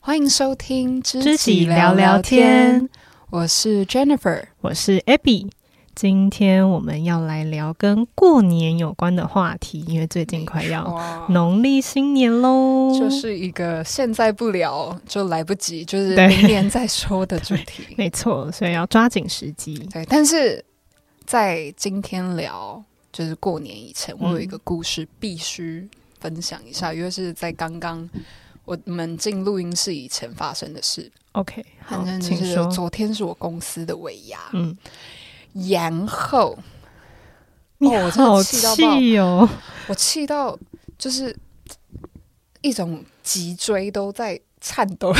欢迎收听知知己聊聊天，我是 Jennifer。我是 Abby。今天我们要来聊跟过年有关的话题，因为最近快要哇农历新年喽。就是一个现在不聊就来不及，就是对明年再说的主题。没错，所以要抓紧时机。对，但是在今天聊就是过年以嗯前，我有一个故事必须分享一下，因为是在刚刚我们进录音室以前发生的事。 OK，好反，正就请是说。昨天是我公司的尾牙，嗯，然后你哦我真的好气到爆气 哦！我气到就是一种脊椎都在颤抖，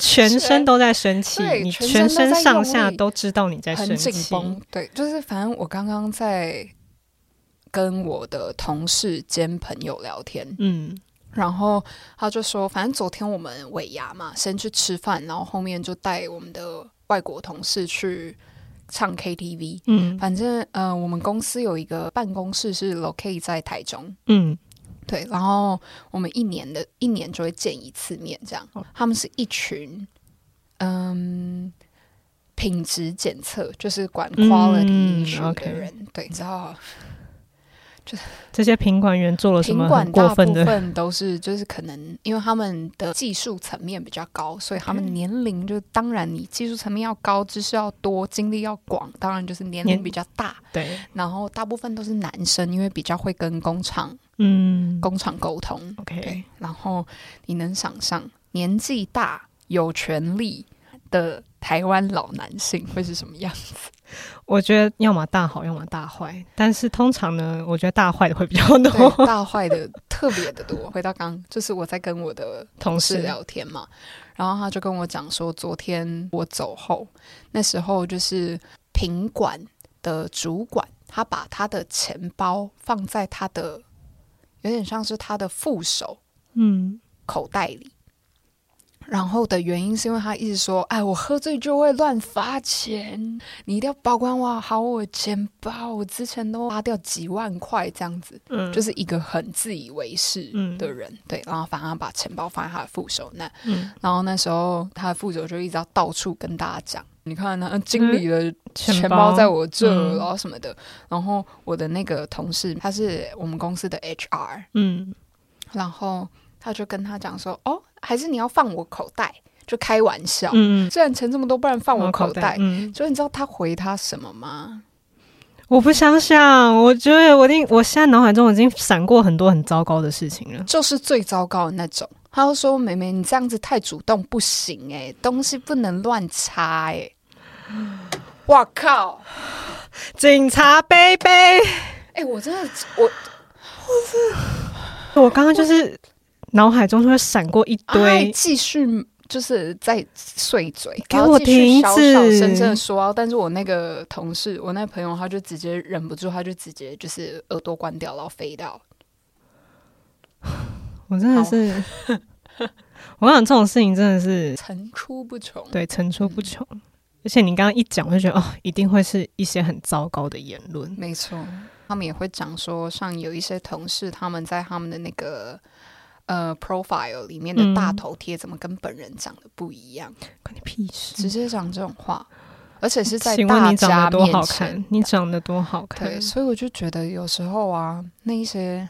全身都在生气，对你全全身都身在上用下力都知道你在很生紧气。绷。对，就是反正我刚刚在跟我的同事兼朋友聊天，嗯，然后他就说，反正昨天我们尾牙嘛，先去吃饭，然后后面就带我们的外国同事去唱 KTV。嗯反正，呃，我们公司有一个办公室是 locate 在台中，嗯，对，然后我们一年的一年就会见一次面，这样哦。他们是一群，嗯，品质检测就是管嗯 quality issue ，OK 的人，对，你知道，这些品管员做了什品么管很大过部分的？分都是就是可能因为他们的技术层面比较高，所以他们 OK 年龄就当然你技术层面要高，知识要多，精力要广，当然就是年龄年比较大。对，然后大部分都是男生，因为比较会跟工厂嗯工厂沟通，对，OK，，然后你能想象年纪大有权利的台湾老男性会是什么样？我觉得要么大好，要么大坏，但是通常呢，我觉得大坏的会比较 对，多。大坏的特别的多。回到刚，就是我在跟我的同同事事聊天嘛，然后他就跟我讲说，昨天我走后，那时候就是品管的主管，他把他的钱包放在他的有点像是他的副手嗯，口袋里。然后的原因是因为他一直说：“哎，我喝醉就会乱发钱，你一定要保管我好我的钱包。我之前都花掉几万块这样子，嗯就是一个很自以为是的人。对，然后反而把钱包放在他的副手那，嗯，然后那时候他的副手就一直要到处跟大家讲，你看他经理的钱包在我这，嗯然后什么的。然后我的那个同事，他是我们公司的 HR，嗯，然后他就跟他讲说：“哦，还是你要放我口袋。”就开玩笑，嗯，虽然钱这么多，不然放我口袋。嗯，就你知道他回他什么吗？我不想想，我觉得我一定，我现在脑海中已经闪过很多很糟糕的事情了。就是最糟糕的那种。他就说：“妹妹，你这样子太主动不行哎、东西不能乱插哎、哇靠！警察贝贝，哎、我真的我我刚刚就是脑海中就会闪过一对堆，继续就是在碎嘴，给然后我继续停小止小声声的说。但是我那个同事，我那朋友，他就直接忍不住，他就直接就是耳朵关掉，然后飞到。我真的是，我想这种事情真的是层出不穷。对层出不穷。嗯而且你刚刚一讲，我就觉得哦，一定会是一些很糟糕的言论。没错，他们也会讲说，像有一些同事他们在他们的那个呃 profile 里面的嗯大头贴怎么跟本人长得不一样，关你屁事！直接讲这种话，而且是在请问大你长家得多面好前看。？你长得多好看对，？所以我就觉得有时候啊，那一些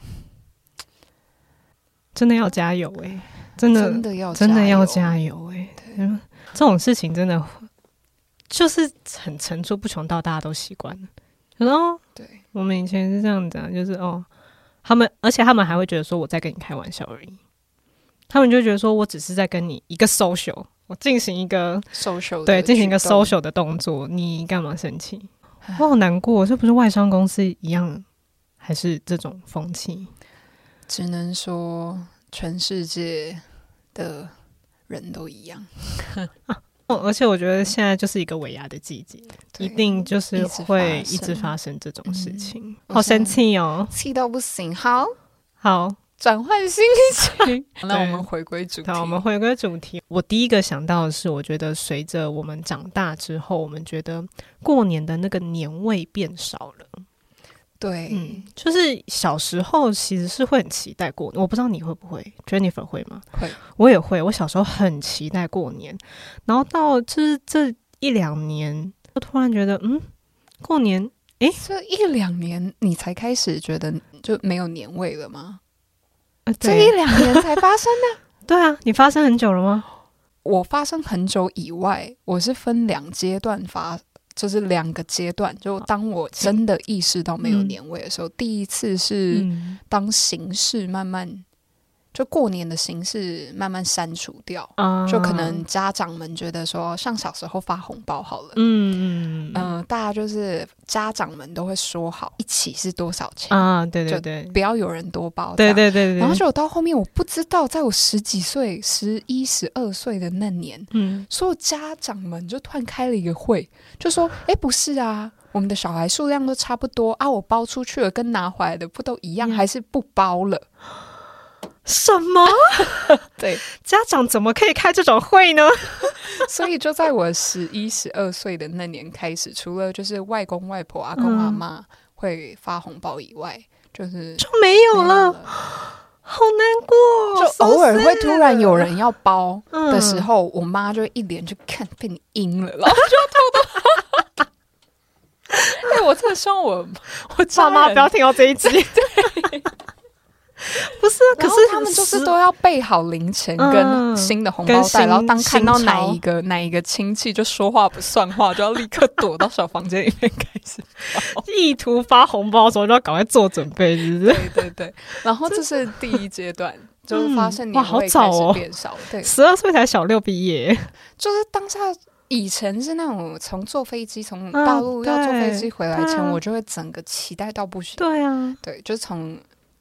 真的要加油哎、真的真的要真的要加油，加油哎、嗯这种事情真的就是很层出不穷，到大家都习惯了。然后对，我们以前是这样子啊，就是哦，他们而且他们还会觉得说我在跟你开玩笑而已，他们就觉得说我只是在跟你一个 social，我进行一个 social 的对进行一个举动 social 的动作，你干嘛生气？我好难过，这不是外商公司一样还是这种风气？只能说全世界的人都一样，哦，而且我觉得现在就是一个尾牙的季节，对一定就是会一直发生一直发生这种事情，嗯好生气哦！气到不行。好，好，转换心 情，那我们回归主题。好，我们回归主题。我第一个想到的是，我觉得随着我们长大之后，我们觉得过年的那个年味变少了。对，嗯，就是小时候其实是会很期待过年，我不知道你会不会，Jennifer 会吗？会，我也会。我小时候很期待过年，然后到就是这一两年，我突然觉得，嗯，过年这一两年你才开始觉得就没有年味了吗？啊，这对一两年才发生的。对啊，你发生很久了吗？ 我发生很久以外，我是分两阶段发，就是两个阶段。就当我真的意识到没有年味的时候，第一次是嗯当形式慢慢，就过年的形式慢慢删除掉，啊就可能家长们觉得说，像小时候发红包好了。嗯嗯嗯嗯、大家就是家长们都会说好一起是多少钱，啊，对对呃就对，不要有人多包。对对对对，然后就我到后面，我不知道，在我十几岁、十一、十二岁的那年，嗯所有家长们就突然开了一个会，就说：“哎，不是啊，我们的小孩数量都差不多啊，我包出去了跟拿回来的不都一样，嗯还是不包了什么？？”对， 家长怎么可以开这种会呢？所以就在我十一、十二岁的那年开始，除了就是外公外婆、阿公嗯阿妈会发红包以外，就是就没有没有了，好难过，就 so 偶尔会 sad 突然有人要包嗯的时候，我妈就会一脸就看被你阴了，然 后就要 偷偷。哎、我真的希望我我爸家 妈人不要，听到这一集。 不是，啊可可是是他们就是十都要备好零钱跟嗯新的红跟包袋，新然后当看到新哪钞一个哪一个亲戚就说话不算话，就要立刻躲到小房间里面开始包。意图发红包的时候就要赶快做准备，是不是？对对对， 然后这是第一阶 段，就是嗯发现哇年好味早开始哦变少，对，十二岁才小六毕业，就是当下以前是那种从坐飞机从嗯大陆要坐飞机回来前，对嗯我就会整个期待到不行。对啊，对，就从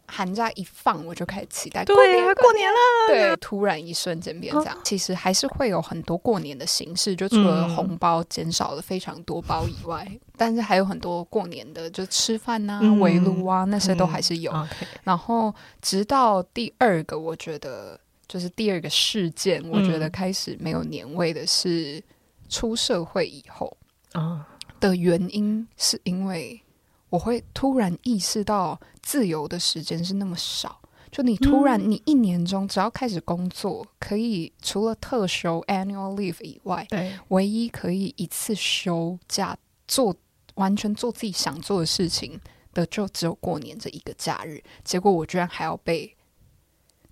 寒假一放，我就开始期待过对年啊，。过年了，对，突然一瞬间变这样，其实还是会有很多过年的形式，就除了嗯红包减少了非常多包以外，但是还有很多过年的，就吃饭呐、嗯围炉啊那些都还是有。 OK，然后直到第二个，我觉得就是第二个事件，我觉得开始没有年味的是出社会以后啊，的原因，是因为我会突然意识到自由的时间是那么少。就你突然，嗯你一年中只要开始工作，可以除了特休 （annual leave） 以外，对，唯一可以一次休假做完全做自己想做的事情的，就只有过年这一个假日。结果我居然还要被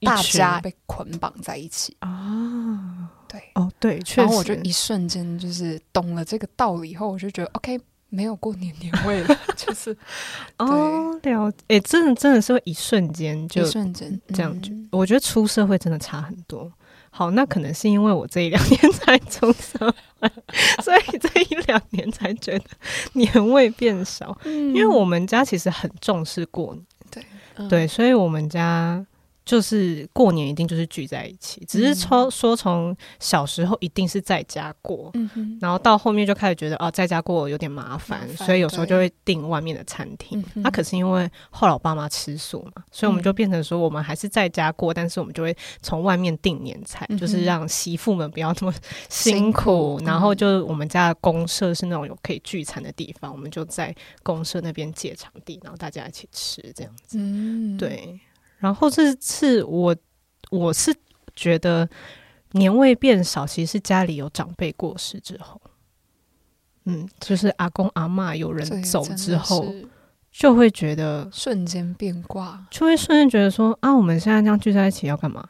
大家被捆绑在一起，啊，对，哦对，确实，然后我就一瞬间就是懂了这个道理以后，我就觉得 OK，没有过年年味 了，就是哦了解，哎，真的真的是会一瞬间就一瞬间这样觉我觉得出社会真的差很多。好，那可能是因为我这一两年才出社会， 所以这一两年才觉得年味变少。嗯因为我们家其实很重视过年，嗯对，所以我们家就是过年一定就是聚在一起。只嗯是说说从小时候一定是在家过，嗯哼然后到后面就开始觉得哦，在家过有点麻烦麻，烦所以有时候就会订外面的餐厅。嗯哼啊嗯那、可是因为后来我爸妈吃素嘛，所以我们就变成说我们还是在家过，但是我们就会从外面订年菜，嗯哼就是让媳妇们不要 那么辛辛苦苦。然后嗯就是我们家的公社是那种有可以聚餐的地方，我们就在公社那边借场地，然后大家一起吃这样子。嗯，对，然后这次我我是觉得年味变少，其实是家里有长辈过世之后，嗯，就是阿公阿嬷有这人也走真的之后，是就会觉得瞬间变卦，就会瞬间觉得说啊，我们现在这样聚在一起要干嘛？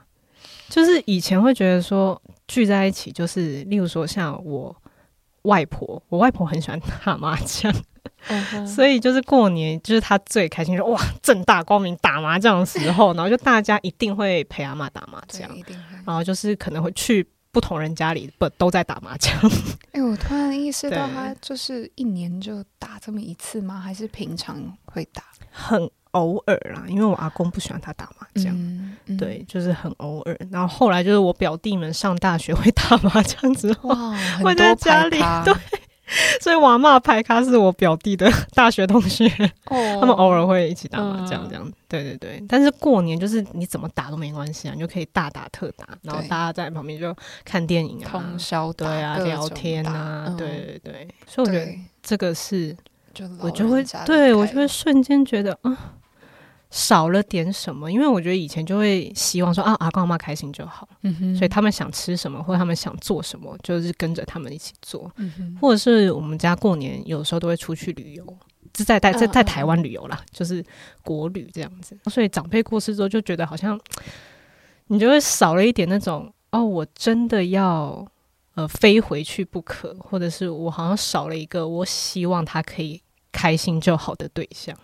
就是以前会觉得说聚在一起，就是例如说像我外婆，我外婆很喜欢打麻将，嗯所以就是过年，就是他最开心，就哇，正大光明打麻将的时候，然后就大家一定会陪阿妈打麻将对，，一定会。然后就是可能会去不同人家里，不都在打麻将，哎、我突然意识到，对他就是一年就打这么一次吗？还是平常会打？很偶尔啦，因为我阿公不喜欢他打麻将。嗯，嗯对，，就是很偶尔。嗯然后后来就是我表弟们上大学会打麻将之后，哇，很我多在家牌里咖对所以我阿妈排咖是我表弟的 大学同学，哦，他们偶尔会一起打麻将嗯这样。对对对，但是过年就是你怎么打都没关系啊，你就可以大打特打，然后对大家在旁边就看电影啊，通宵打对啊，各种聊天打啊，嗯对对对。所以我觉得对这个是就老我就会人家离对我开就会瞬间觉得啊、少了点什么，因为我觉得以前就会希望说啊，阿公阿妈开心就好，嗯哼，所以他们想吃什么或者他们想做什么，就是跟着他们一起做，嗯哼或者是我们家过年有时候都会出去旅游。是在在在嗯在嗯台湾旅游啦，就是国旅这样子，所以长辈过世之后就觉得好像你就会少了一点那种哦，我真的要呃飞回去不可，或者是我好像少了一个我希望他可以开心就好的对象。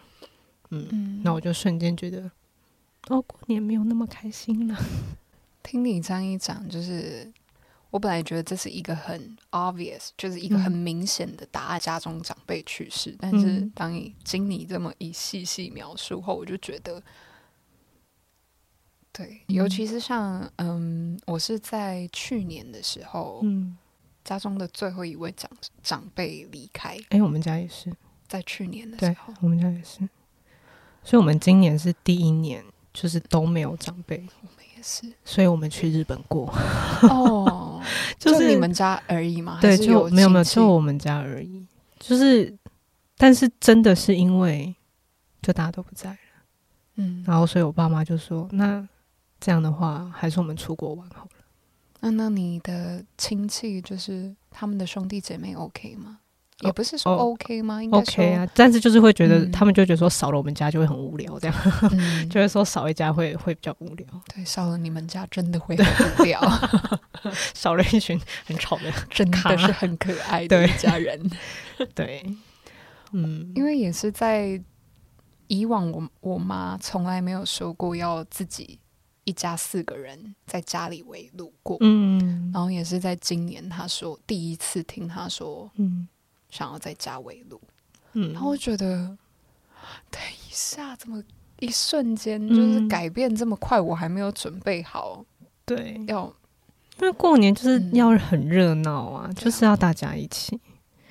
嗯，那我就瞬间觉得，哦，过年没有那么开心了。听你这样一讲，就是我本来觉得这是一个很 obvious，就是一个嗯很明显的答案，家中长辈去世。但是嗯当你经你这么一细细描述后，我就觉得，对，尤嗯其是像嗯，我是在去年的时候，嗯，家中的最后一位长长辈离开，哎、我们家也是，在去年的对时候，我们家也是，所以我们今年是第一年，就是都没有长辈，我们也 是所以我们去日本 过，哦，是你们家而已嘛，对，还是就没有没有，亲戚就我们家而已。就是，但是真的是因为就大家都不在了，嗯，然后所以我爸妈就说，那这样的话，还是我们出国玩好了。那那你的亲戚就是他们的兄弟姐妹 OK 吗？哦也不是说哦 OK 吗？应该说 OK 啊，但是就是会觉得，嗯他们就觉得说少了我们家就会很无聊，这样嗯 就会说少一家会会比较无聊。对，少了你们家真的会很无 聊，少了一群很吵的。真的是很可爱的一家人。 对，嗯，因为也是在以往我，我妈从来没有说过要自己一家四个人在家里围炉过。嗯然后也是在今年，她说第一次听她说嗯想要在家围炉，嗯，然后我觉得，等一下，怎么一瞬间就是嗯改变这么快？我还没有准备好，对，要因为过年就是嗯要很热闹啊，就是要大家一起。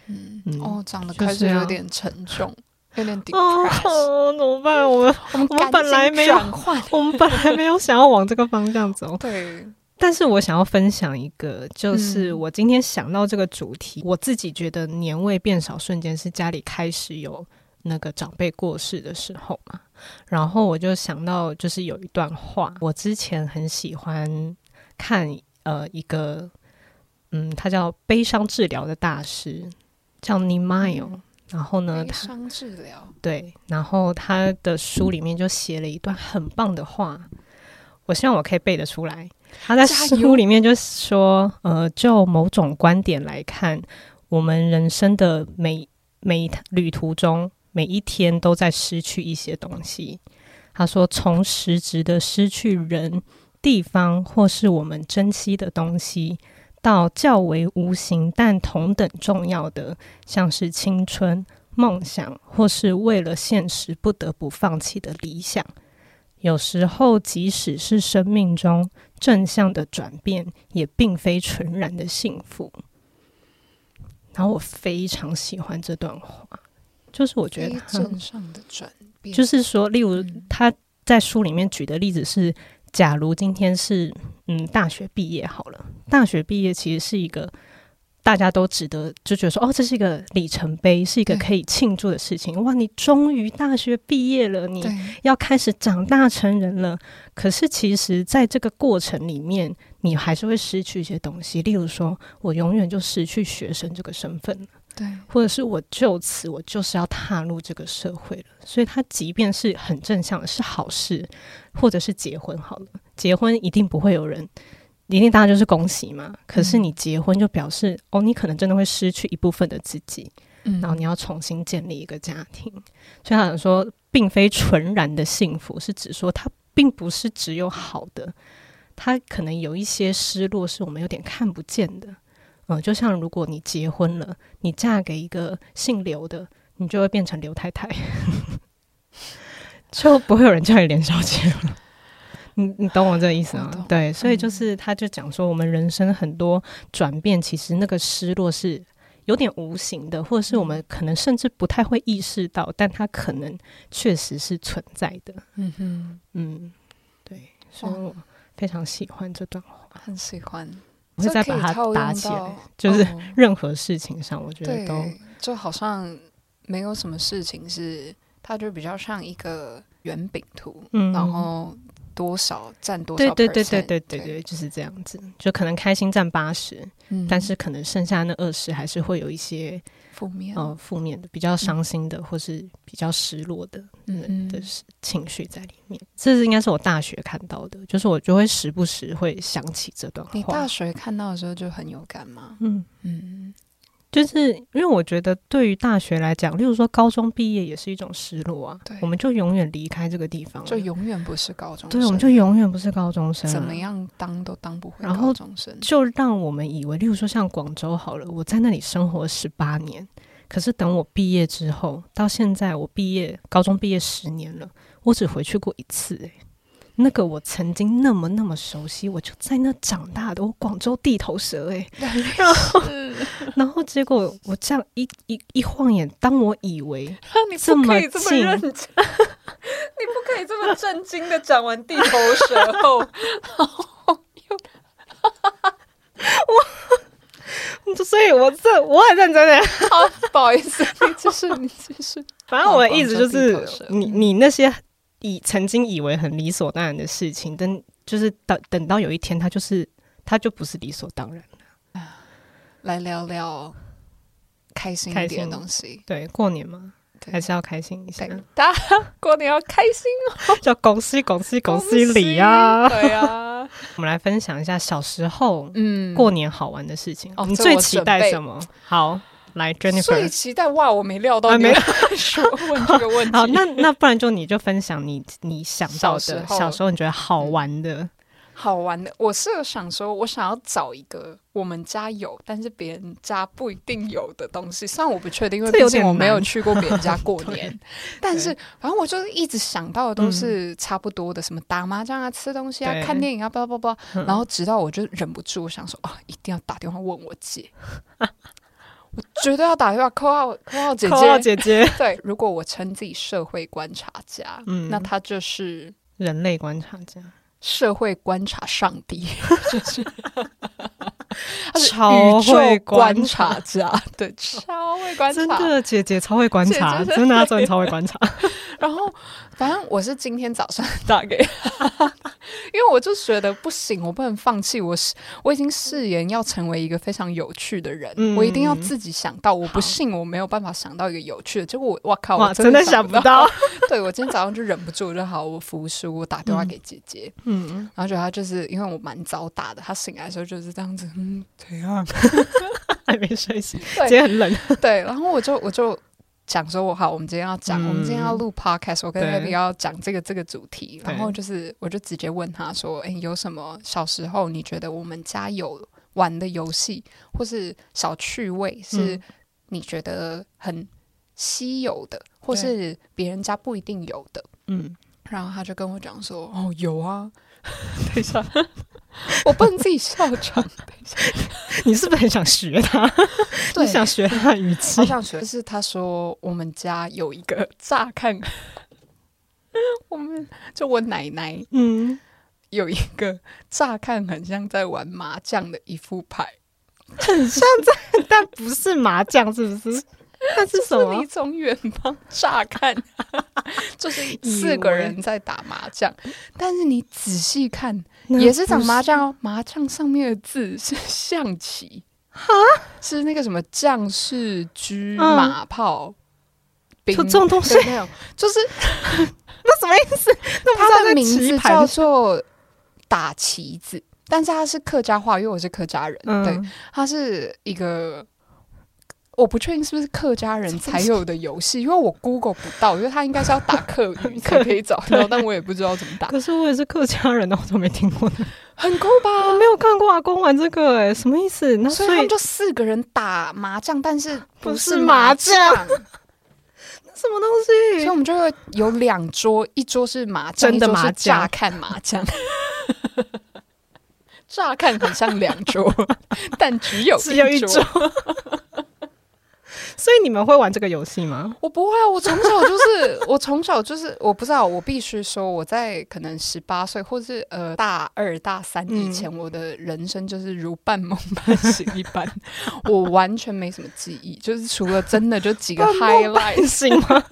嗯嗯哦，长得就是开始要有点沉 重，有点哦 depressed。，怎么办？我 我们们我们赶本来紧没有转换，我们本来没有想要往这个方向走，对，但是我想要分享一个，就是嗯我今天想到这个主题，我自己觉得年味变少瞬间是家里开始有那个长辈过世的时候嘛，然后我就想到就是有一段话，我之前很喜欢看呃一个，嗯，他叫悲伤治疗的大师，叫 n e m i l 嗯然后呢，悲他伤治疗，对，然后他的书里面就写了一段很棒的话，我希望我可以背得出来。他在加书油里面就说，呃，就某种观点来看，我们人生的每每一旅途中，每一天都在失去一些东西。他说，从实质的失去人、地方或是我们珍惜的东西，到较为无形但同等重要的，像是青春、梦想，或是为了现实不得不放弃的理想。有时候，即使是生命中正向的转变，也并非纯然的幸福。然后我非常喜欢这段话，就是我觉非得 它正上的转变，就是说，例如嗯他在书里面举的例子是，假如今天是嗯大学毕业好了，大学毕业其实是一个大家都值得就觉得说，哦，这是一个里程碑，是一个对可以庆祝的事情。哇，你终于大学毕业了，你对，要开始长大成人了。可是其实，在这个过程里面，你还是会失去一些东西，例如说，我永远就失去学生这个身份了。对，或者是我就此我就是要踏入这个社会了，所以他即便是很正向的，是好事，或者是结婚好了，结婚一定不会有人，一定大家就是恭喜嘛。可是嗯你结婚就表示、哦，你可能真的会失去一部分的自己，嗯，然后你要重新建立一个家庭。所以他想说，并非纯然的幸福，是指说它并不是只有好的，它可能有一些失落是我们有点看不见的。嗯、就像如果你结婚了，你嫁给一个姓刘的，你就会变成刘太太， 就不会有人叫你连小姐了。你你懂我这个意思我懂吗？对，所以就嗯是他就讲说，我们人生很多转变，其实那个失落是有点无形的，或者是我嗯们可能甚至不太会意识到，但它可能确实是存在的。嗯哼，嗯，对，所以我非常喜欢这段话，很喜欢，我会再这把可以它套打用起来到，就是哦任何事情上，我觉得对都，就好像没有什么事情是，它就比较像一个圆饼图，嗯然后多少占多少对 percent, 对对对对对对，就是这样子，就可能开心占八十，嗯但是可能剩下那二十还是会有一些负面，呃负面的、比较伤心的，或是比较失落的嗯的情绪在里面。这是应该是我大学看到的，就是我就会时不时会想起这段话。你大学看到的时候就很有感吗？嗯，嗯就是因为我觉得对于大学来讲，例如说高中毕业也是一种失落啊对，我们就永远离开这个地方了，就永远不是高中生，对，我们就永远不是高中生、怎么？样当都当不回然后高中生， 就让我们以为，例如说像广州好了，我在那里生活十八年，可是等我毕业之后，到现在我毕业高中毕业十年了，我只回去过一次、欸，那个我曾经那么那么熟悉，我就在那长大的，我广州地头蛇 诶、然后然后结果我这样一一一晃眼，当我以为你这么近真， 你不可以这么震惊的讲完地头蛇 后， 所以我这我很认真的，不好意思，你继续，你继续。反正我的意思就哦广州地头是蛇，你你那些以曾经以为很理所当然的事情，等就是等等到有一天，它就是它就不是理所当然。来聊聊开心一点的东西，对，过年嘛，对还是要开心一嗯下，哦对，大家过年要开心，叫恭喜恭喜恭喜你恭啊！喜对啊，我们来分享一下小时候嗯，过年好玩的事情。哦你这最我期准待备什么？好，来最 Jennifer。期待哇，我没料到啊你没会说问这个问 好，题，那那不然就你就分享你你想小到时的候嗯小时候你觉得好玩的，好玩的。我是想说，我想要找一个我们家有，但是别人家不一定有的东西。虽然我不确定，因为这毕有竟点我没有难去过别人家过 年，但是反正我就是一直想到的都是差不多的，什么打麻将啊、吃东西啊、对看电影啊，叭叭叭。嗯然后直到我就忍不住，我想说啊，一定要打电话问我 姐，我绝对要打电话 call 号 call 号姐扣到姐。姐姐，对，如果我称自己社会观察家，嗯那她就是人类观察家。社会观察上 帝，就是他是超宇宙会观观察家，对，超会观察，真的，姐姐超会观察，姐姐真的，她真的超会观察。然后，反正我是今天早 上打给他， 因为我就觉得不行，我不能放弃。我是我已经誓言要成为一个非常有趣的人，嗯我一定要自己想到。我好不信我没有办法想到一个有趣的。结果我，哇靠，哇，我真的的想不不。到。 对我今天早上就忍不住，我就好，我服输，我打电话给姐姐，嗯，然后觉得她就是因为我蛮早打的，她醒来的时候就是这样子， 嗯，怎样？还没睡醒，对姐姐很冷。对，然后我就我就讲说，我好，我们今天要讲，嗯我们今天要录 podcast，我跟对 Abby 要讲这个这个主题，对然后就是我就直接问他说，哎，有什么小时候你觉得我们家有玩的游戏或是小趣味是嗯你觉得很稀有的，或对是别人家不一定有的？嗯，然后他就跟我讲说：“哦，有啊，等一下， 我不能自己笑 场，你是不是很想学她？对你想学她的语气好？想学，就是他说我们家有一个乍看， 我们就我奶奶嗯，有一个乍看很像在玩麻将的一副牌，但不是麻将，是不是？那是什就是么你？从远方乍看，啊 就是四个人在打麻将，但是你仔细看那也是不长麻将哦，麻将上面的字是象棋，哈，是那个什么将士车嗯马炮。兵就这种东西的那种，就是那什么意思？那不它是的在名字棋叫盘？做打棋子，但是它是客家话，因为我是客家人，对，嗯，它是一个。我不确定是不是客家人才有的游戏，因为我 Google 不到，因为它应该是要打 客语才可以找到，但我也不知道怎么打，可是我也是客家人，那我都没听 过呢，很酷吧？没有看过阿公玩这个，哎，什么意思？那所以他们就四个人打麻将，但是不是是麻将， 什么所以东我西？们就会有两桌，一桌是麻将，真的麻一将桌是乍看麻将， 乍 看很像两桌，但只有只有一桌桌。所以你们会玩这个游 戏吗？我不会啊，我从小就是我从小就是我不知道，我必须说我在可能十八岁或是呃大二大三以前，我的人生就是如半梦半醒一般， 我完全没什么记忆，就是除了真的就几个 highlight。行吗？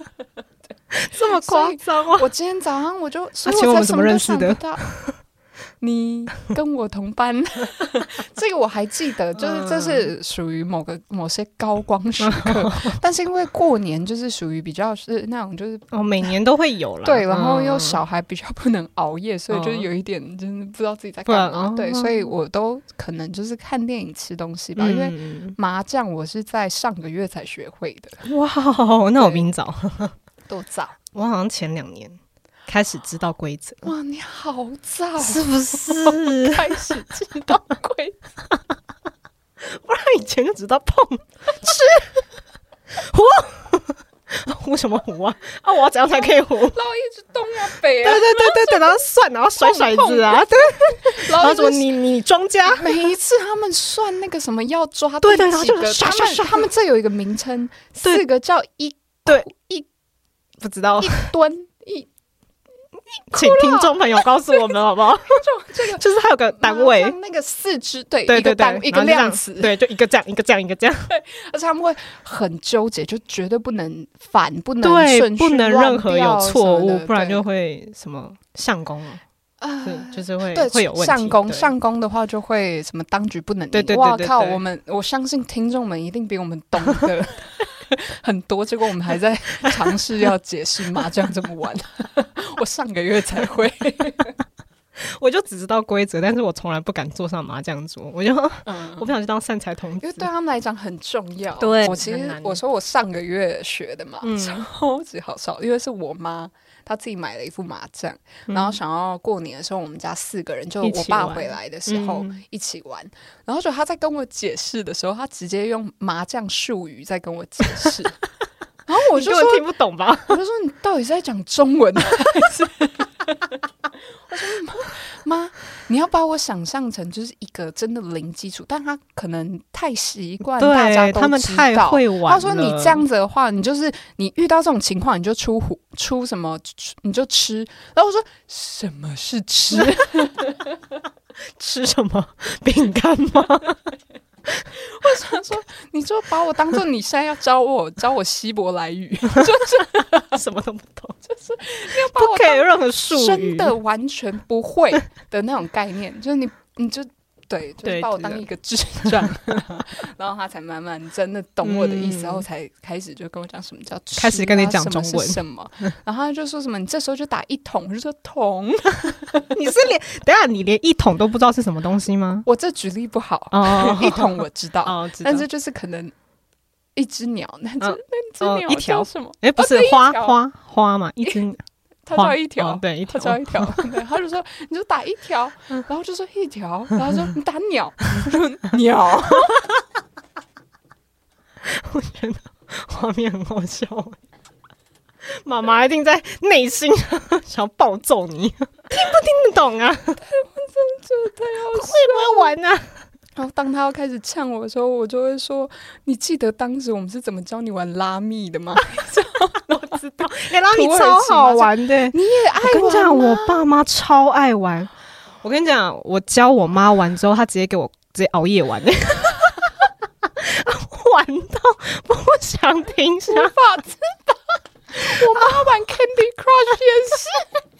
这么夸张啊！ 我今天早上我就，所以啊请问我我才们怎么认识的什么都想不到？你跟我同班， 这个我还记得，就是这是属于某个某些高光时 刻，但是因为过年就是属于比较是那种就是哦，每年都会有啦。对，然后又嗯，小孩比较不能熬夜，所以就是嗯有一点就是不知道自己在不然干嘛哦，对，所以我都可能就是看电影吃东西吧，因为嗯，麻将我是在上个月才学会的，哇，那我比你早，多早我好像前两年开始知道规则，哇，你好早，是不 是？ 开始知道规以前就知道碰吃胡，胡什么胡啊？啊，我要怎样才可以胡？对然后一直东啊北啊对，对对对，然后算， 然后甩碰骰碰子啊，对，然然后后一什么直。你你庄家，每一次他们算那个什么要抓对对第然后几就个刷他刷们刷他们这有一个名称，对四个叫一不知道，一吨一请听众朋友告诉我们好不好？就这个就是它有个单位麻，将那个四肢对对一个对对，单一个然后就这样量词，对，就一个这样，一个这样，一个这样，而且他们会很纠结，就绝对不能反，不能对，顺序不能乱任何掉有错什么误的，不然对就会什么上弓了，啊对， 就是会对会有问题。上工对上工的话就会什么当局不能对对移。对哇对靠！对我们我相信听众们一定比我们懂得很多，结果我们还在 尝试要解释麻将怎么玩。 我上个月才会，我就只知道规则，但是我从来不敢坐上麻将桌，我就 我不想去当善财童因为子对。啊他们来讲很重要。对我其很实难我说我上个月学的嘛，嗯超级好笑，因为是我妈她自己买了一副麻将，嗯然后想要过年的时候，我们家四个人，就一我起爸玩回来的时候嗯一起玩。然后就他在跟我解释的时候，他直接用麻将术语在跟我解 释，然后我我就根说本听不懂吧？我就说你到底是在讲中文啊 还是？我说妈，妈你要把我想象成就是一个真的零基础，但他可能太习惯大家对都他们知太道会玩他了。说你这样子的话，你就是你遇到这种情况，你就出虎出什么，出你就吃。然后我说什么是吃？ 吃什么饼干吗？ 他说 你就把我当做你现在要教我教我希伯来语，就是什么都不懂，要把不我可以当有任何术真语。的完全不 会的那种概念，就是你你就。对，就是对把我对当对一个智障， 然后他才慢慢真的懂我的意思，嗯然后才开始就跟我讲什么叫吃啊、开始跟你讲中文什么是什么，然后他就说什么你这时候就打一桶，我就说桶，你是连等一下你连一桶都不知道是什么东西吗？我这举例不好，哦一桶我知道，哦，知道但是就是可能一只鸟，那只、嗯那只哦鸟一条叫什么？哎，不哦是对一花条花花嘛， 一只它花叫一条，哦对，嗯一他条只要一条，对他就说你就打一条，然后就说一条，然后说你打 鸟，我说鸟，我觉得画面很好笑。妈妈一定在内心 想要暴揍你，听不听得懂 啊？会不会玩啊？ 然后当他要开始呛我的时候，我就会说你记得当时我们是怎么教你玩拉密 的吗？我知道，哎、拉米土耳超其好麻将玩的、你也爱我跟你玩讲，吗我爸妈超爱玩。我跟你讲，我教我妈玩之后，她直接给我直接熬夜 玩，玩到不想停下。无法自拔，我啊妈玩 Candy Crush 也是。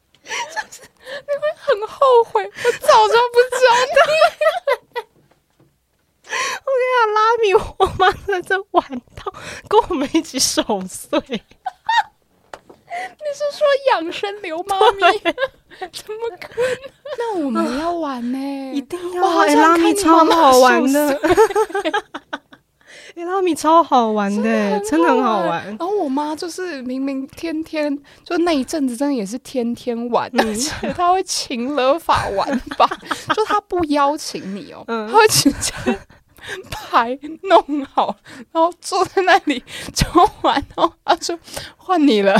你会很后悔，我早就不 教你。我跟你讲，拉米，我妈在这玩到跟我们一起守岁。你是说养生流妈咪？ 怎么可能？那我们要玩呢、一定我要嗯好哎、想拉看米你超妈妈好玩手的，哎、拉米超好玩的、真的很好然玩。后我妈就是明明天天就那一阵子，真的也是天天玩，嗯而且她会请了法玩法，就她不邀请你哦，嗯她会直接牌弄好，然后坐在那里就玩，然后她说换你了。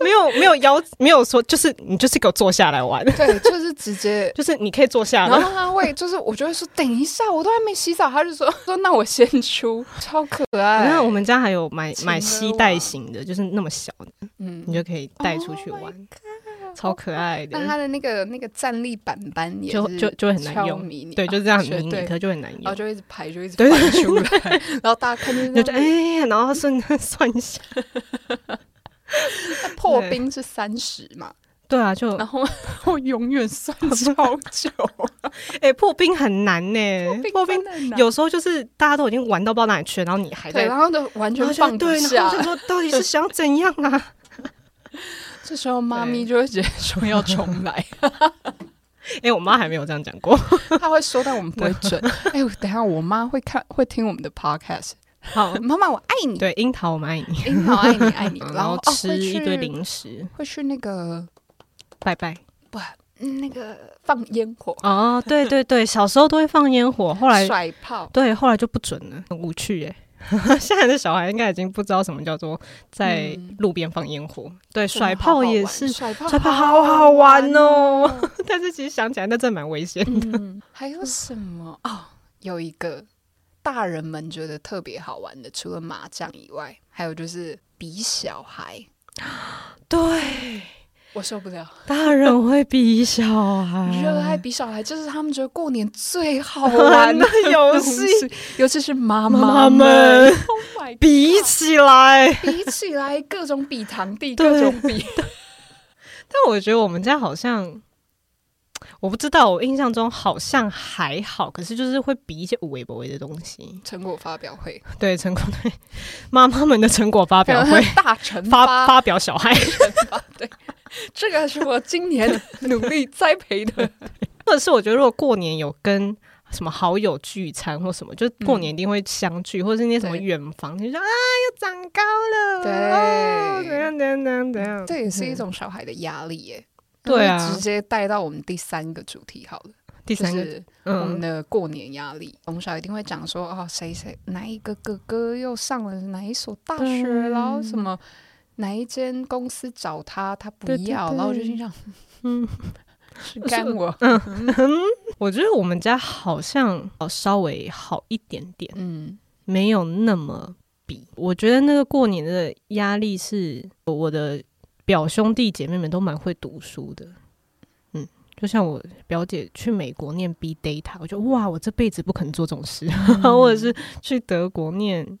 没有没有邀，没有说，就是你就是给我坐下来玩， 对，就是直接。就是你可以坐下然后了。他会就是，我就会说等一下，我都还没洗澡，他就说说那我先出，超可爱。那我们家还有买情买歌吸王带型的，就是那么小的，嗯你就可以带出去 Oh my 玩，超可爱那它的。的那个那个站立板板也就是就就会很难超用迷你吧，对，就这样很绝迷你，对哦可就很难然后用。就一直排，就一直对翻出来，然后大家 看见就那就种哎，然后顺 算一下，破哎对冰是三十嘛，对啊，就然后 我永远算超久，哎破冰很难呢，哎破冰真的很难有时候就是大家都已经玩到不知道哪里去了，然后你还对，在然后就完全然后就放不对，然下后就。说到底是想要怎样啊？这时候妈咪就会直接说要 重来， 哎、我妈还没有这样讲过。她会说，但我们不会准。哎，我等一下我妈会看会听我们的 podcast， 好，嗯妈妈我爱你，对，樱桃我们爱你，樱桃爱你爱你，嗯然后后哦吃会一堆去零食，会去那个拜拜。不嗯那个放烟火。哦，对对对，小时候都会放烟火，后来甩炮，对，后来就不准了，很无趣耶。 现在的小孩应该已经不知道什么叫做在嗯路边放烟火，对，真的好甩好炮也玩是，甩炮甩炮好哦好好玩 哦。 但是其实想起来那真的蛮危险。嗯，还有什么？哦，有一个大人们觉得特别好玩的，除了麻将以外，还有就是比小孩，对，我受不了，大人会比小 孩热爱比小孩，就是他们觉得过年最好玩 的的游东戏，西，尤其是妈妈妈们们 Oh my god，比起来。比起来，各种比堂弟， 对各种比，但我觉得我们家好像，我不知道，我印象中好像还好，可是就是会比一些无微不微的东 西。成果发表会，，对，成果对妈妈们的成果发表会 大惩发罚，发表小孩，惩罚，对，这个是我今年努力栽培的，或者是我觉得如果过年有跟。什么好友聚餐或什么，就是过年一定会相聚，或者是那些什么对远房，你就说啊又长高了，对哦怎样怎样怎样怎样，这也是一种小孩的压力耶。嗯对啊那就直接带到我们第三个主题好了，第三个，就是我们嗯，的过年压力。从小一定会讲说，哦，谁谁哪一个哥哥又上了哪一所大学，对然后什么哪一间公司找他，他不对对要，对然后我就心想，嗯， 是干我， 我觉得我们家好像哦稍微好一点点，嗯没有那么比。我觉得那个过年的压力是我的表兄弟姐妹们都蛮会读书的，嗯，就像我表姐去美国念 B Data，我觉得哇，我这辈子不可能做这种事， 嗯 或者是去德国念，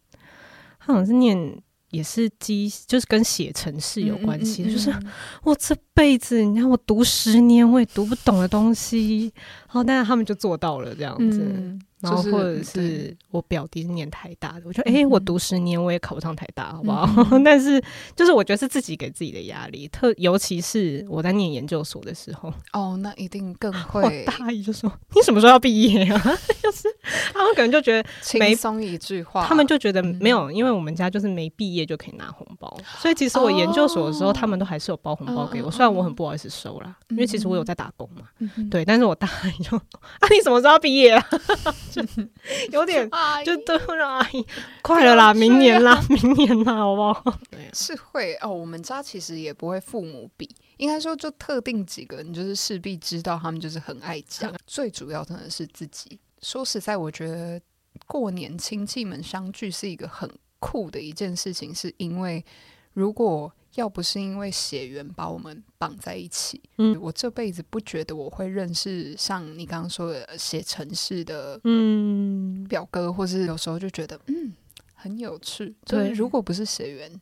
她好像是念。也是机，就是跟写程式有关系，嗯嗯嗯就是嗯我这辈子，你看我读十年，我也读不懂的东西，好，但是他们就做到了这样子。嗯然后就是或者对是我表弟是念台大的，我觉得嗯诶，我嗯读十年我也考不上台大，好不好？ 嗯嗯但是就是我觉得是自己给自己的压力，特尤其是我在念研究所的时候，哦，那一定 更我会大姨就说你什么时候要毕业啊？ 就是他们可能就觉得，轻没松一句话，他们就觉得嗯没有，因为我们家就是没毕业就可以拿红包，所以其实我研究所的时候，哦他们都还是有包红包给嗯嗯我，嗯虽然我很不好意思收啦，因为其实我有在打工嘛，嗯嗯对，但是我大姨就啊你什么时候要毕业啊？ 就是有点哎就都让阿 姨快了啦，不要这样明年啦， 明年啦，好不好？是会哦，我们家其实也不会父母比，应该说就特定几个，你就是势必知道他们就是很爱讲。最主要真的是自己。说实在，我觉得过年亲戚们相聚是一个很酷的一件事情，是因为如果要不是因为血缘把我们绑在一起，嗯我这辈子不觉得我会认识像你刚刚说的呃写城市的 嗯，表哥，或是有时候就觉得嗯很有趣。就是对如果不是血缘，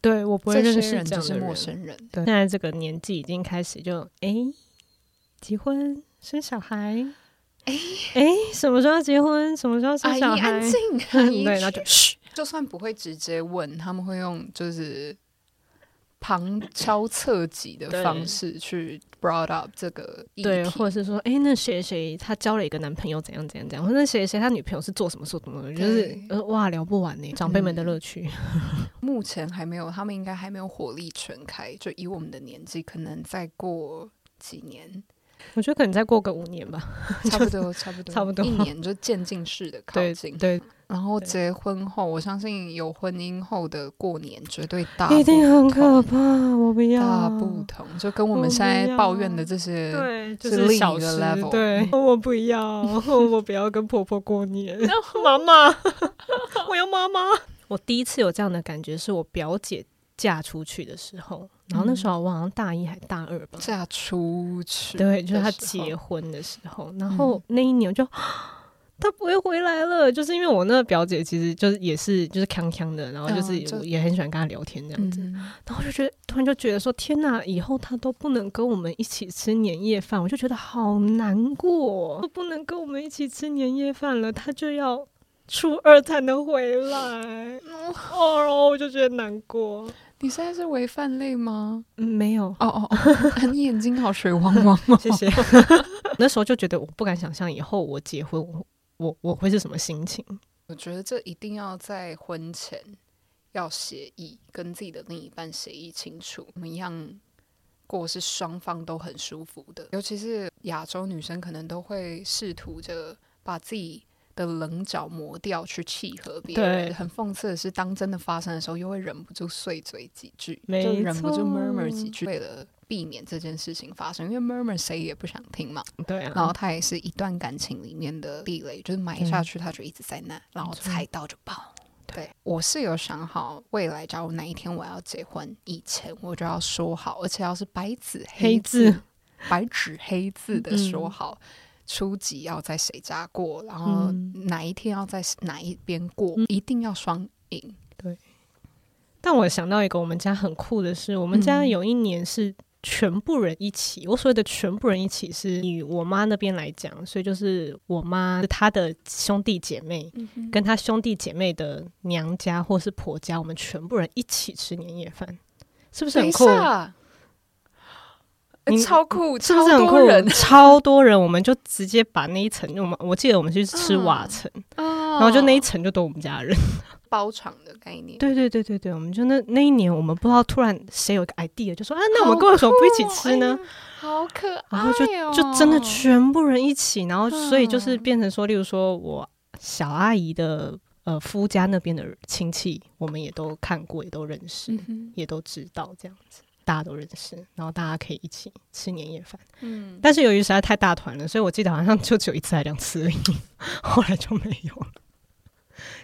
对我不会认这识些人就这样是的陌人。生人。对，现在这个年纪已经开始就哎、结婚生小孩，哎哎、什么时候要结婚？什么时候要阿生姨小 孩？，安静阿姨对，然后就嘘，就算不会直接问，他们会用就是旁敲侧击的对方式去 brought up 这个议题。对，或者是说，哎、那谁谁他交了一个男朋友，怎样怎样怎样，或者那谁谁他女朋友是做什么做什么的，就是对呃，哇，聊不完呢，长辈们的嗯乐趣。目前还没有，他们应该还没有火力全开。就以我们的年纪，可能再过几 年，我觉得可能再过个五年吧。差不多，差不多，差不多一年就渐进式的靠对近。对，然后结婚后，我相信有婚姻后的过年绝对大一定不很同可怕，我不要。大不同，就跟我们我现在啊不抱怨的要这些，对，就是另一小个事 level 对， 我不要，我不要跟婆婆过 年。妈妈，我要妈妈。 我第一次有这样的感觉，是我表姐嫁出去的时候，然后那时候我好像大一还大二吧，嫁出去，对，就是她的时候结婚的时候，嗯然后那一年我就。她不会回来了，就是因为我那个表姐其实就是也是就是康康的，然后就嗯是就我也很喜欢跟她聊天这样子，嗯，然后就觉得突然就觉得说，天哪，以后他都不能跟我们一起吃年夜饭，我就觉得好难过，都不能跟我们一起吃年夜饭了，他就要初二才能回来， 哦，然后我就觉得难过。你现在是违饭类吗？，嗯，没有哦哦哦， 你眼睛好水汪汪哦。谢 谢。那时候就觉得我不敢想象以后我结婚，我我我会是什么心情。我觉得这一定要在婚前要协议，跟自己的另一半协议清楚，怎么样过是双方都很舒服的。尤其是亚洲女生，可能都会试图着把自己的棱角磨掉去契合别人。对很讽刺的是，当真的发生的时候，又会忍不住碎嘴几句，没就忍不住错 murmur 几句，为了避免这件事情发生，因为 murmur 谁也不想听嘛。对然后啊，它也是一段感情里面的地雷，就是埋下去，它就一直在那，然后踩到就爆。对，我是有想好，未来假如哪一天我要结婚以前，我就要说好，而且要是白纸黑字、字白纸黑字的说嗯好，初几要在谁家过，然后嗯哪一天要在哪一边过，一定要双赢。但我想到一个我们家很酷的是，我们家嗯有一年是全部人一起。我所谓的全部人一起，是以我妈那边来讲，所以就是我妈她的兄弟姐妹嗯跟她兄弟姐妹的娘家或是婆家，我们全部人一起吃年夜饭，是不是等很一酷？下，欸你超酷，是不是很超酷多人？ 超多人，我们就直接把那一层，我们我记得我们去吃嗯瓦城，然然后就嗯那一层就都我们家人。啊包场的概念，对对对对对，我们就那那一年，我们不知道突然谁有一个 idea，就说啊，那我们好为什么不一起酷哦吃哎呢？？呀好可爱、然哦，后就就真的全部人一起，然后所以就是嗯变成说，例如说我小阿姨的呃夫家那边的亲戚，我们也都看过，也都认识，嗯也都知道这样子，大家都认识，然后大家可以一起吃年夜饭。哼嗯，但是由于实在太大团了，所以我记得好像就只有一次还两次而已，后来就没有了。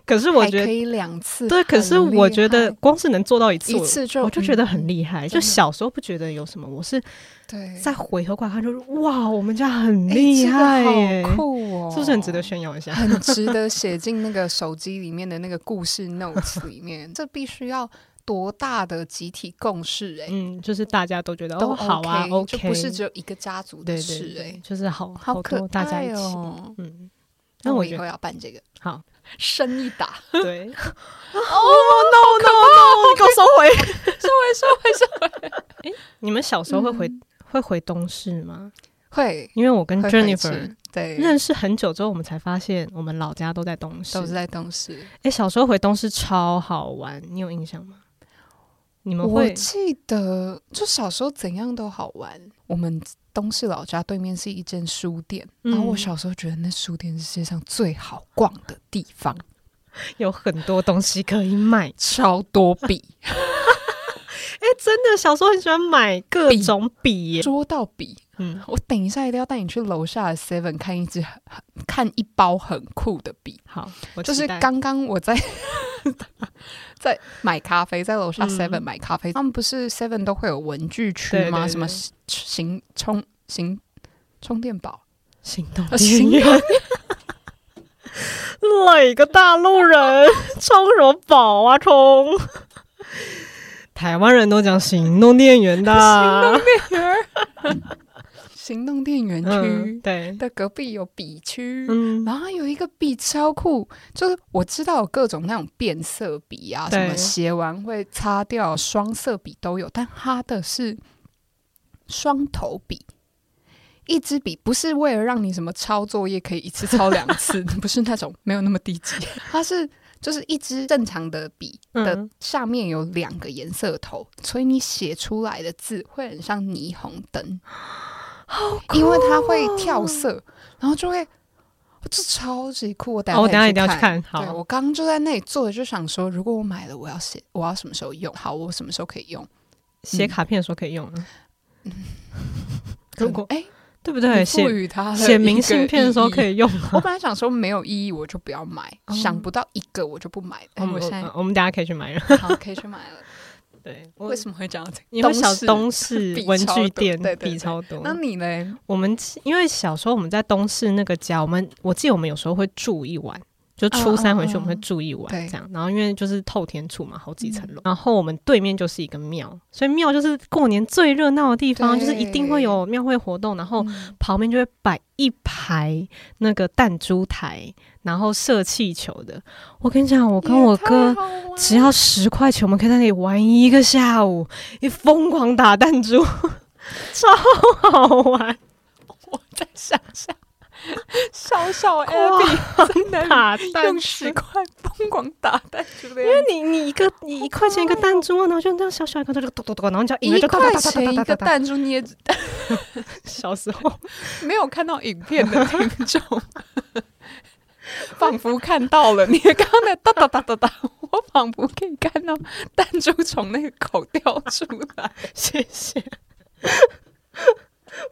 可是我还觉可得。以两次，对，可是很厉我觉得害光是能做到一次，一我次就嗯我哦就觉得很厉害。就真的小时候不觉得有什么，我是对，再回头过来看，就是哇，我们家很哎厉这个害耶，好酷哦，是不是很值得？ 炫耀一下？很值得写进那个手机里面的那个故事 notes 里面， 这必须要多大的集体共识哎、嗯，就是大家都觉得都哦，好啊 OK， ，OK，就不是只有一个家族对的对事哎、对，就是好好可多大家爱一起，哦。嗯，那那我我觉以得后要办这个，好，生意打， 对，哦，no no no，你给我收回，收回，收回，收哦 回。哎，你们小时候会回会回东市吗？会因为我跟嗯会回 Jennifer 去对认识很久之后，我们才发现我们老家都在东市都，是在东市。哎、小时候回东市超好玩，你有印象吗？你们我会记得，就小时候怎样都好玩。我们东市老家对面是一间书店，嗯然后我小时候觉得那书店是世界上最好逛的地方，有很多东西可以买，超多 笔，哎、真的，小时候很喜欢买各种笔耶，桌到笔。嗯，我等一下一定要带你去楼下的 Seven 看一支很看一包很酷的笔。好，我就是期待刚刚我在 在买咖啡，在楼下嗯 Seven 买咖啡，他们不是 Seven 都会有文具区对吗？对什么对行充行充电宝？ 呃行动啊电源，哪个大陆人 充什么宝啊充？台湾人都讲行动电源 的啊，行动电源嗯，区对，的隔壁有笔区，嗯，然后有一个笔超酷，就是我知道有各种那种变色笔啊，对什么写完会擦掉，双色笔都有，但它的是双头笔。一支笔不是为了让你什么抄作业可以一次抄两次， 不是那种没有那么低级，它是就是一支正常的笔的嗯下面有两个颜色头，所以你写出来的字会很像 霓虹灯。因为它会跳色，然后就会，这超级酷，我等哦，我等下可下以一定要去看。对，好，我刚刚就在那里坐着，就想说，如果我买了，我要写，我要什么时候用？好，我什么时候可以用？写卡片的时候可以用啊。如果哎，对不你对？赋写予它了写明一个信片的时候可意义。以用我啊。本来想说没有意义我就不要买，哦想不到一个我就不买了。我哦哎们我现在我们等下可以去买了。 好可以去买了。对，为什么会讲到这个？因为小式东市笔文超具多店对对笔对超多。那你呢？我们因为小时候我们在东市那个家，我们我记得我们有时候会住一晚，就初三回去我们会住一晚哦对嗯这样。然后因为就是透天处嘛，好几层楼，然后我们对面就是一个庙，所以庙就是过年最热闹的地方，就是一定会有庙会活动，然后嗯旁边就会摆一排那个弹珠台，然后射气球的。我跟你讲，我跟我也太。哥好玩了只要十块钱，我们可以在那里玩一个下午，一疯狂打弹珠，超好玩，我在想 象，小小 Abby 狂在那打里弹用珠十。块疯狂打蛋，对不对？因为你你一个你一块钱一个弹珠，然后就这样小小一个，就咚咚咚，然后这样一个一就哒块哒哒哒钱一哒个哒哒。弹珠，你也只小时候，没有看到影片的听众， 仿佛看到了。你刚刚的哒哒哒哒哒，我仿佛可以看到弹珠从那个口掉出来。谢谢，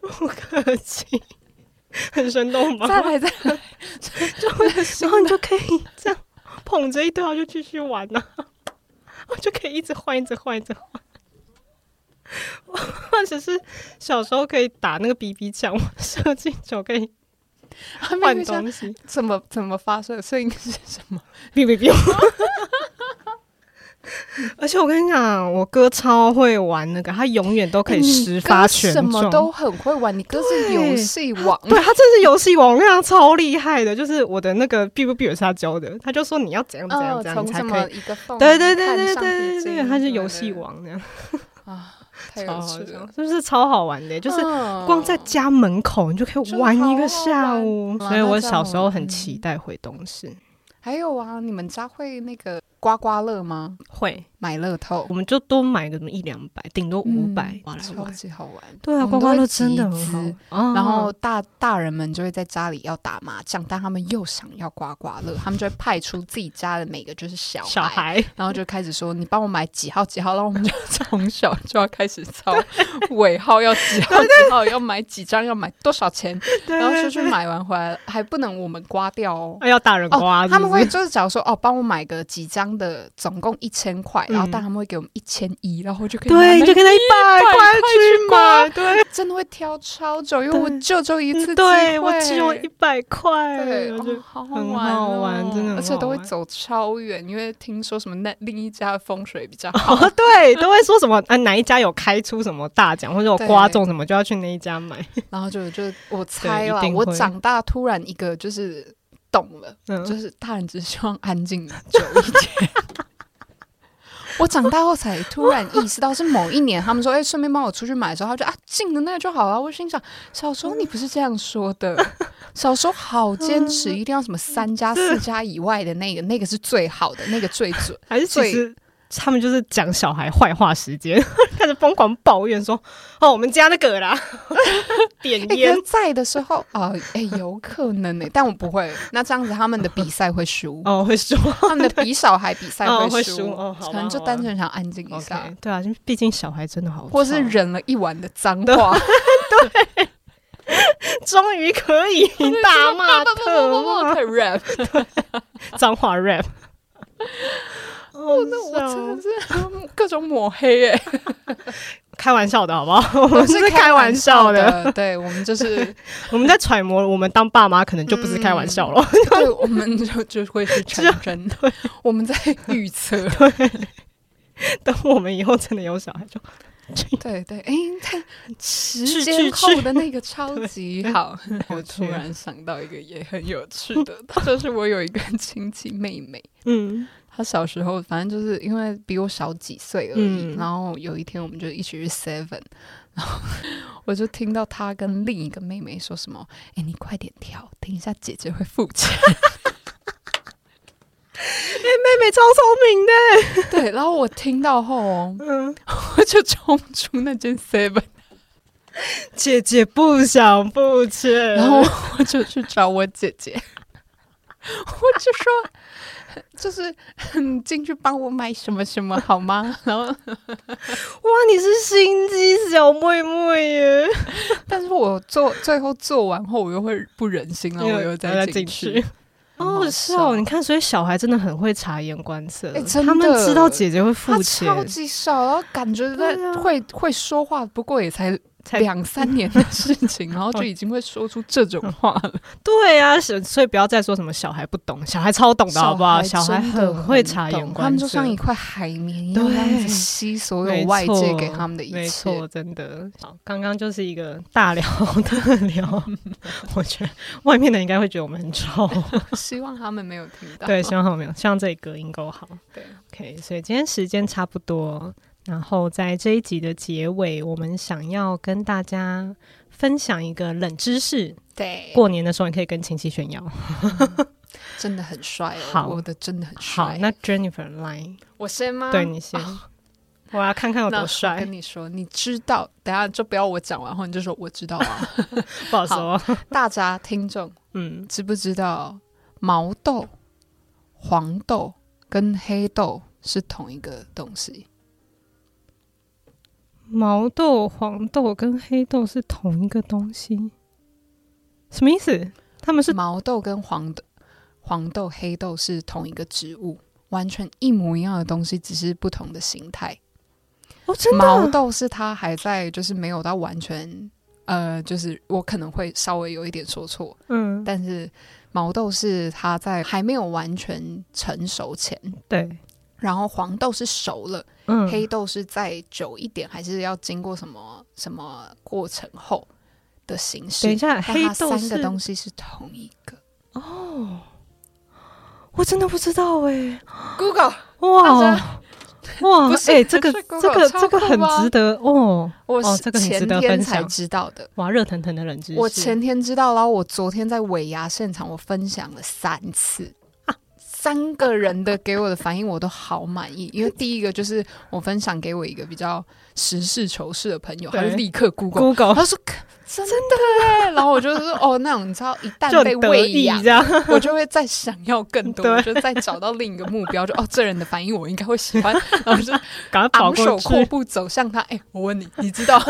不客气，很生动吧？再来， 再来，就会然后你就可以这样捧着一堆，然后就继续玩呐、我 就可以一直换，一直换，一直换。或者是小时候可以打那个 BB 枪，射进球可以他们换就想东西，怎么怎么发射，所以应该是什么？哔哔哔。而且我跟你讲，我哥超会玩那个，他永远都可以哎你十哥发全什么都中。很会玩，你哥是游对戏王。对他真是游戏王，我跟你讲超厉害的，就是我的那个 B 不 B 也是他教的，他就说你要怎样怎样哦，怎样，从你才什可以么一个缝对对对对哦看上对去对这对，他是一游个戏王那样，啊，太超有好趣笑了，，是不是超好玩的？就是嗯光在家门口，你就可以玩一个下午。就好好玩嗯所以我小时候很期待回东市，还有啊，你们家会那个刮刮乐吗？会，买乐透我们就多买个什么一两百，顶多五百嗯玩来超玩。级好玩。对啊，我们都刮刮乐会真的集很好资。玩。然哦后大大人们就会在家里要打麻将，但他们又想要刮刮乐，他们就会派出自己家的每个就是小小孩，然后就开始说：“你帮我买几号几号。”然后我们就 从小就要开始抄尾号要几号几号，要买几张，要买多少钱， 对然后对出去对买完回来还不能我们刮掉哦。 哎要大人刮哦，是不他们会是就是假如说哦，帮我买个几张的，总共一千块，嗯然后但他们会给我们一千一，然后我就可以拿对，那你就跟他一百块块去去刮买，对真的会挑超久，因为我对舅舅一次对，机我会只有一百块，对，我就哦好好很玩好哦玩真的很而且好都会玩走超远，因为听说什么那另一家的风水比较 好， 哦，对，都会说什么啊，哪一家有开出什么大奖，或者有对刮中什么，就要去那一家买。然后就就我猜一啦，定我会长大突然一个就是懂了，嗯，就是大人只希望安静久一点。 我长大后才突然意识到，是某一年他们说：“哎、顺便帮我出去买的时候，他就啊进的那个就好了。”我心想，小时候你不是这样说 的，小时候好坚持，一定要什么三家四家嗯以外的那个，那个是最好的，那个最 准。还是其最实他们就是讲小孩坏话时间， 开始疯狂抱怨说：“哦，我们家那个啦， 点哎、烟人在的时候啊，哎、有可能呢、但我不会。那这样子他们的比赛会输，哦，会说他们的比小孩比赛哦会输，输哦，好吧可能就好吧单纯想安静一下。 OK，对啊，就毕竟小孩真的好吵，或是忍了一晚的脏话，终于 可以大骂特骂特 rap，脏 话 rap。哦，那我真的是各种抹黑哎、开玩笑的好不好？ 我们是开玩笑的，的，对我们就是，我们在揣摩，我们当爸妈可能就不是开玩笑了。对我们就就会是成真，我们在预测，等我们以后真的有小孩，就 对对，哎、但时去间去后的那个超级好，好我突去然想到一个也很有趣的，就是我有一个亲戚妹妹，嗯，他小时候，反正就是因为比我小几岁而已。嗯然后有一天，我们就一起去 Seven，然后我就听到他跟另一个妹妹说什么：“哎、你快点跳，等一下姐姐会付钱。哎妹妹超聪明的，”对，然后我听到后哦，嗯，我就冲出那间 Seven，姐姐不想付钱，然后我就去找我姐姐，我就说，就是你进去帮我买什么什么好吗？ 然后，哇，你是心机小妹妹耶！但是我做最后做完后，我又会不忍心了，我又 再进去。 很好笑哦！你看，所以小孩真的很会察言观色，哎真的他们知道姐姐会付他钱，超级少，然后感觉在对啊会、会说话，不过也才才哦两三年的事情，然后就已经会说出这种话了。对啊，所所以不要再说什么小孩不懂，小孩 超懂的好不好？小孩孩真的很会察言懂观色，他们就像一块海绵一样，对这样子吸所有外界给他们的一没切。错，真的。好，刚刚就是一个大聊 特 聊，我觉得外面的应该会觉得我们很吵。 希望他们没有听到。对，希望好没有，希望这里隔音够好。对 OK，所以今天时间差不多，然后在这一集的结尾，我们想要跟大家分享一个冷知识。 对，过年的时候，你可以跟亲戚炫耀。真的很帅哦，好我的真的很帅。好，那 Jennifer 来，我先吗？对你先。我要看看有那多我帅 跟，你说，你知道，等下就不要我讲完后你就说我知道 啊。不好说。大家听众嗯，知不知道毛豆、黄豆跟黑豆是同一个东西？毛豆、黄豆跟黑豆是同一个东西，什么意思？他们是毛豆跟黄豆、黄豆、黑豆是同一个植物，完全一模一样的东西，只是不同的形态。哦，真的毛啊豆是它还在，就是没有到完全，呃，就是我可能会稍微有一点说错，嗯，但是毛豆是它在还没有完全成熟前，对，然后黄豆是熟了，嗯，黑豆是再久一点，还是要经过什么什么过程后的形式。等一下，但黑它豆三个东是西是同一个。我真的不知道哎， Google，大哇哇 不，是哎，这个是这 Google，个超这个很酷吧值得哦，我哦是这个很值前得天分才享知道的。哇，热腾腾的冷知识，我前天知道，然后我昨天在尾牙现场，我分享了三次，啊三个人的给我的反应我都好满意。因为第一个就是我分享给我一个比较实事求是的朋友，他就对立刻 Google， Google 他说可真的耶，然后我就说哦，那种你知道，一就旦被很得喂意养这，样， 我就会再想要更多，对我就再找到另一个目标，就哦，这人的反应我应该会喜欢， 然后就赶快跑昂首过阔去。步走向他。哎，我问你，你知道？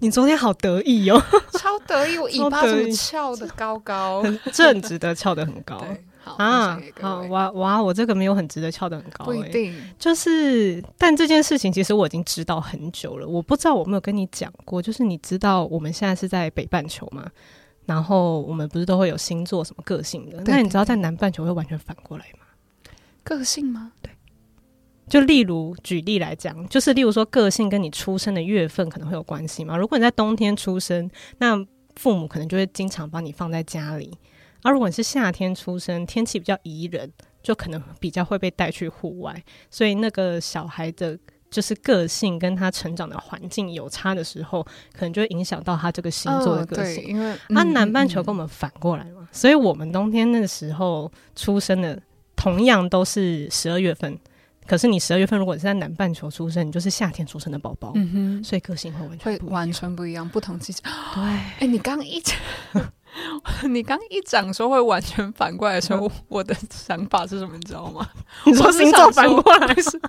你昨天好得意哦， 超得意，我尾巴超怎得意么翘的高高？这很值得翘得很高哦对，好啊分享给！各好位哇哇，我这个没有很值得翘得很高，不一哎定，就是，但这件事情其实我已经知道很久了。我不知道我有没有跟你讲过，就是你知道我们现在是在北半球嘛，然后我们不是都会有星座什么个性的？对那你知道在南半球会完全反过来吗？个性吗？就例如举例来讲，就是例如说个性跟你出生的月份可能会有关系嘛。如果你在冬天出生，那父母可能就会经常把你放在家里；而、如果你是夏天出生，天气比较宜人，就可能比较会被带去户外。所以那个小孩的。就是个性跟他成长的环境有差的时候，可能就会影响到他这个星座的嗯个对性。因为啊，嗯南半嗯球跟我嗯们反过来嘛，所以我们冬天那个时候出生的，同样都是十二月份。可是你十二月份如果你是在南半球出生，你就是夏天出生的宝宝，嗯哼，所以个性会会完全不一样完全不一样，不同 季节。对，哎，你刚一讲， 你刚一讲说会完全反过来的时候，我的想法是什么？你知道吗？ 你说我是星座想反说过来不是？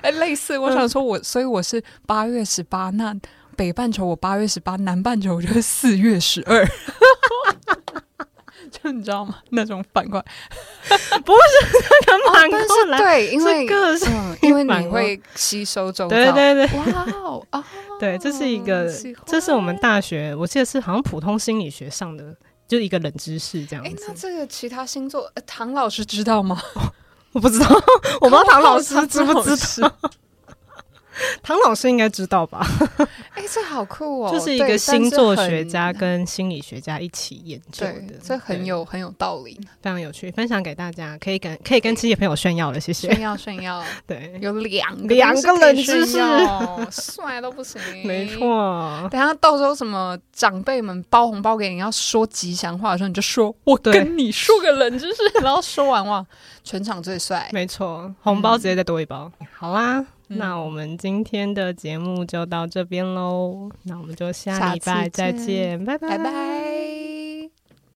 哎，类似，我嗯想说我，所以我是八月十八，那北半球我八月十八，南半球我就是四月十二。 就你知道吗？那种反过来，干嘛 但反过是来？对，因为哦是个性，嗯，因为反你而会吸收周遭。对对对哇 哦啊！对，这是一个，喜欢这是我们大学，我记得是好像普通心理学上的，就一个冷知识这哎样，那子。这个其他星座，呃唐老师知道吗？我不知道，我不知道唐 老师知不知道？知 道？唐老师应该知道吧？哎，这好酷哦！就是一对个星座学但家是很跟心理学家一起研究的对，，这很对有很有道理，非常有趣，分享给大家，可以跟可以跟亲戚朋友炫耀了，谢 谢。炫耀炫耀，对，有两个两个冷东西可以知识炫 耀，帅到不行，没。错，等一下到时候什么长辈们包红包给你，要说吉祥话的时候，你就说“我对跟你说个冷知识”，然后说完哇，全场最帅。没错，红包直接再多一包。好啦，嗯那我们今天的节目就到这边喽，那我们就下下礼次拜再见见，拜拜拜拜。